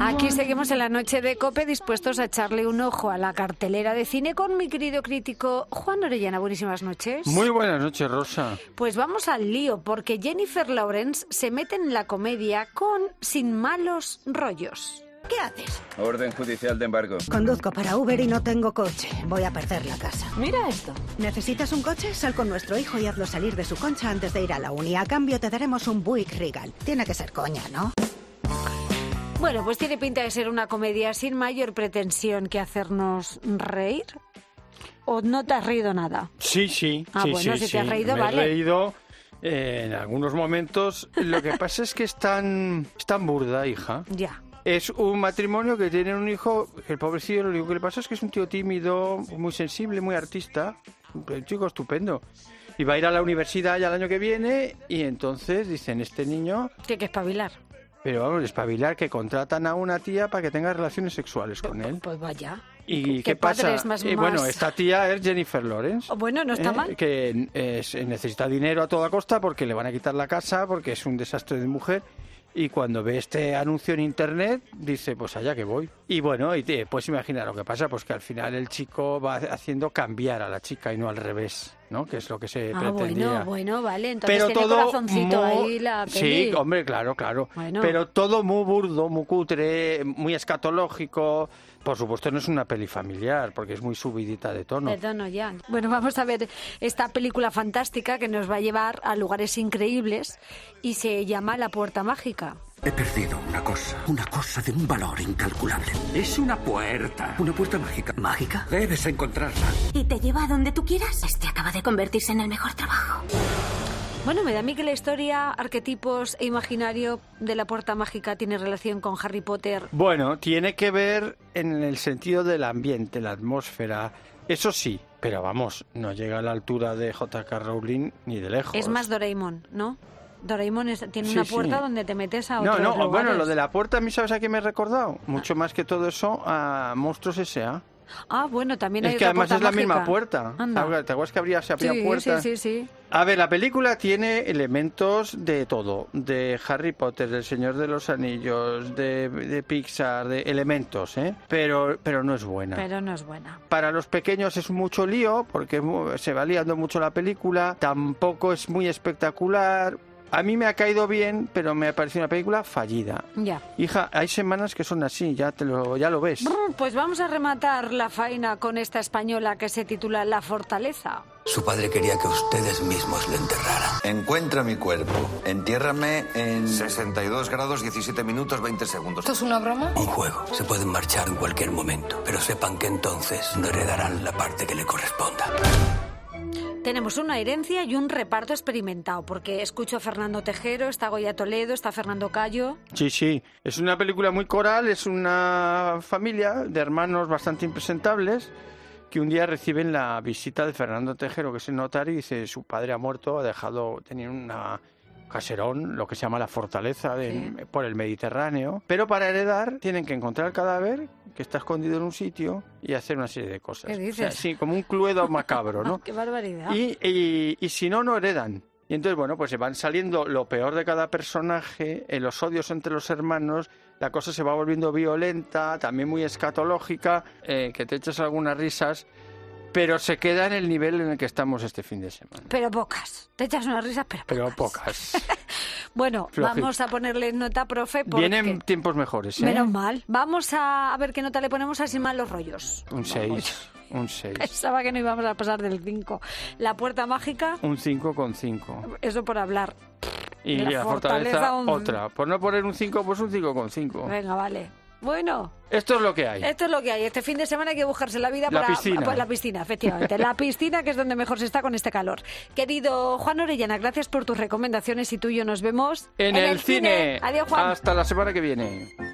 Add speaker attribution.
Speaker 1: Aquí seguimos en la noche de Cope dispuestos a echarle un ojo a la cartelera de cine con mi querido crítico Juan Orellana. Buenísimas noches.
Speaker 2: Muy buenas noches, Rosa.
Speaker 1: Pues vamos al lío porque Jennifer Lawrence se mete en la comedia con Sin malos rollos.
Speaker 3: ¿Qué haces?
Speaker 4: Orden judicial de embargo.
Speaker 3: Conduzco para Uber y no tengo coche. Voy a perder la casa.
Speaker 5: Mira esto.
Speaker 3: ¿Necesitas un coche? Sal con nuestro hijo y hazlo salir de su concha antes de ir a la uni. A cambio te daremos un Buick Regal. Tiene que ser coña, ¿no?
Speaker 1: Bueno, pues tiene pinta de ser una comedia sin mayor pretensión que hacernos reír. ¿O no te has reído nada?
Speaker 2: Sí, sí.
Speaker 1: Ah,
Speaker 2: sí,
Speaker 1: bueno,
Speaker 2: sí,
Speaker 1: si te
Speaker 2: sí.
Speaker 1: has reído,
Speaker 2: Me
Speaker 1: vale.
Speaker 2: He reído eh, en algunos momentos. Lo que pasa es que es tan, es tan burda, hija.
Speaker 1: Ya.
Speaker 2: Es un matrimonio que tiene un hijo, el pobrecillo lo único que le pasa es que es un tío tímido, muy sensible, muy artista, un chico estupendo. Y va a ir a la universidad ya el año que viene y entonces dicen, este niño,
Speaker 1: Tiene que espabilar.
Speaker 2: pero vamos, espabilar, que contratan a una tía para que tenga relaciones sexuales con él.
Speaker 1: Pues vaya.
Speaker 2: ¿Y qué,
Speaker 1: qué
Speaker 2: pasa?
Speaker 1: padres más-
Speaker 2: Eh, bueno,
Speaker 1: más-
Speaker 2: esta tía es Jennifer Lawrence.
Speaker 1: Oh, bueno, no está mal.
Speaker 2: Que eh, se necesita dinero a toda costa porque le van a quitar la casa, porque es un desastre de mujer. Y cuando ve este anuncio en internet, dice, pues allá que voy. Y bueno, y te puedes imaginar lo que pasa, pues que al final el chico va haciendo cambiar a la chica y no al revés, ¿no? Que es lo que se
Speaker 1: Ah,
Speaker 2: pretendía.
Speaker 1: bueno, bueno, vale. Entonces tiene corazoncito
Speaker 2: muy-
Speaker 1: ahí la peli.
Speaker 2: Sí, hombre, claro, claro.
Speaker 1: Bueno.
Speaker 2: Pero todo muy burdo, muy cutre, muy escatológico. Por supuesto, no es una peli familiar, porque es muy subidita de tono.
Speaker 1: Perdón, ya. Bueno, vamos a ver esta película fantástica que nos va a llevar a lugares increíbles y se llama La Puerta Mágica.
Speaker 6: He perdido una cosa, una cosa de un valor incalculable. Es una puerta. Una puerta mágica. ¿Mágica? Debes encontrarla.
Speaker 7: y te lleva a donde tú quieras. Este acaba de convertirse en el mejor trabajo.
Speaker 1: Bueno, me da a mí que la historia, arquetipos e imaginario de La Puerta Mágica tiene relación con Harry Potter.
Speaker 2: Bueno, tiene que ver en el sentido del ambiente, la atmósfera. Eso sí, pero vamos, no llega a la altura de J.K. Rowling ni de lejos.
Speaker 1: Es más Doraemon, ¿no? Doraemon es- tiene
Speaker 2: Sí,
Speaker 1: una
Speaker 2: sí.
Speaker 1: puerta donde te metes a
Speaker 2: No,
Speaker 1: otros
Speaker 2: no,
Speaker 1: lugares.
Speaker 2: bueno, lo de la puerta, ¿a mí sabes a qué me he recordado? Mucho más que todo eso a Monstruos S.A.
Speaker 1: Ah, bueno, también hay
Speaker 2: Es que
Speaker 1: otra
Speaker 2: además
Speaker 1: puerta
Speaker 2: es la misma
Speaker 1: mágica.
Speaker 2: puerta.
Speaker 1: Anda.
Speaker 2: ¿Te acuerdas que abría, se abría
Speaker 1: Sí,
Speaker 2: puerta?
Speaker 1: sí, sí, sí.
Speaker 2: A ver, la película tiene elementos de todo, de Harry Potter, del Señor de los Anillos, de, de Pixar, de elementos, ¿eh? Pero, pero no es buena.
Speaker 1: Pero no es buena.
Speaker 2: Para los pequeños es mucho lío, porque es mu- se va liando mucho la película, tampoco es muy espectacular. A mí me ha caído bien, pero me ha parecido una película fallida.
Speaker 1: Ya.
Speaker 2: Hija, hay semanas que son así, ya, te lo, ya lo ves.
Speaker 1: Brr, Pues vamos a rematar la faena con esta española que se titula La Fortaleza.
Speaker 6: Su padre quería que ustedes mismos lo enterraran.
Speaker 4: Encuentra mi cuerpo. Entiérrame en
Speaker 8: 62 grados, 17 minutos, 20 segundos.
Speaker 9: ¿Esto es una broma?
Speaker 6: Un juego. Se pueden marchar en cualquier momento, pero sepan que entonces no heredarán la parte que le corresponda.
Speaker 1: Tenemos una herencia y un reparto experimentado, porque escucho a Fernando Tejero, está Goya Toledo, está Fernando Cayo.
Speaker 2: Sí, sí. Es una película muy coral, es una familia de hermanos bastante impresentables que un día reciben la visita de Fernando Tejero, que es el notario, y dice, su padre ha muerto, ha dejado, tenía una caserón, lo que se llama la fortaleza de- por el Mediterráneo. Pero para heredar tienen que encontrar el cadáver, que está escondido en un sitio, y hacer una serie de cosas.
Speaker 1: ¿Qué
Speaker 2: O sea,
Speaker 1: dices?
Speaker 2: sí, como un cluedo macabro, ¿no?
Speaker 1: Ah, ¡Qué barbaridad!
Speaker 2: Y, y- y si no, no heredan. Y entonces, bueno, pues se van saliendo lo peor de cada personaje, eh, los odios entre los hermanos, la cosa se va volviendo violenta, también muy escatológica, eh, que te echas algunas risas, pero se queda en el nivel en el que estamos este fin de semana.
Speaker 1: Pero pocas. Te echas unas risas, pero pocas.
Speaker 2: Pero pocas.
Speaker 1: Bueno,
Speaker 2: Flojito.
Speaker 1: vamos a ponerle nota, profe, porque...
Speaker 2: Vienen tiempos mejores, ¿eh?
Speaker 1: Menos mal. Vamos a, a ver qué nota le ponemos a Sin Malos Rollos.
Speaker 2: Un 6, un 6,
Speaker 1: Pensaba que no íbamos a pasar del 5. La Puerta Mágica,
Speaker 2: un 5,5.
Speaker 1: eso por hablar.
Speaker 2: Y
Speaker 1: La
Speaker 2: la, fortaleza,
Speaker 1: fortaleza, un- Eh.
Speaker 2: otra. Por no poner un 5, pues un 5,5.
Speaker 1: Venga, vale. Bueno,
Speaker 2: Esto es lo que hay.
Speaker 1: Esto es lo que hay. Este fin de semana hay que buscarse la vida
Speaker 2: La
Speaker 1: para
Speaker 2: piscina.
Speaker 1: para la piscina, efectivamente. la piscina que es donde mejor se está con este calor. Querido Juan Orellana, gracias por tus recomendaciones y tú y yo nos vemos
Speaker 2: En, el, cine.
Speaker 1: Adiós, Juan.
Speaker 2: Hasta la semana que viene.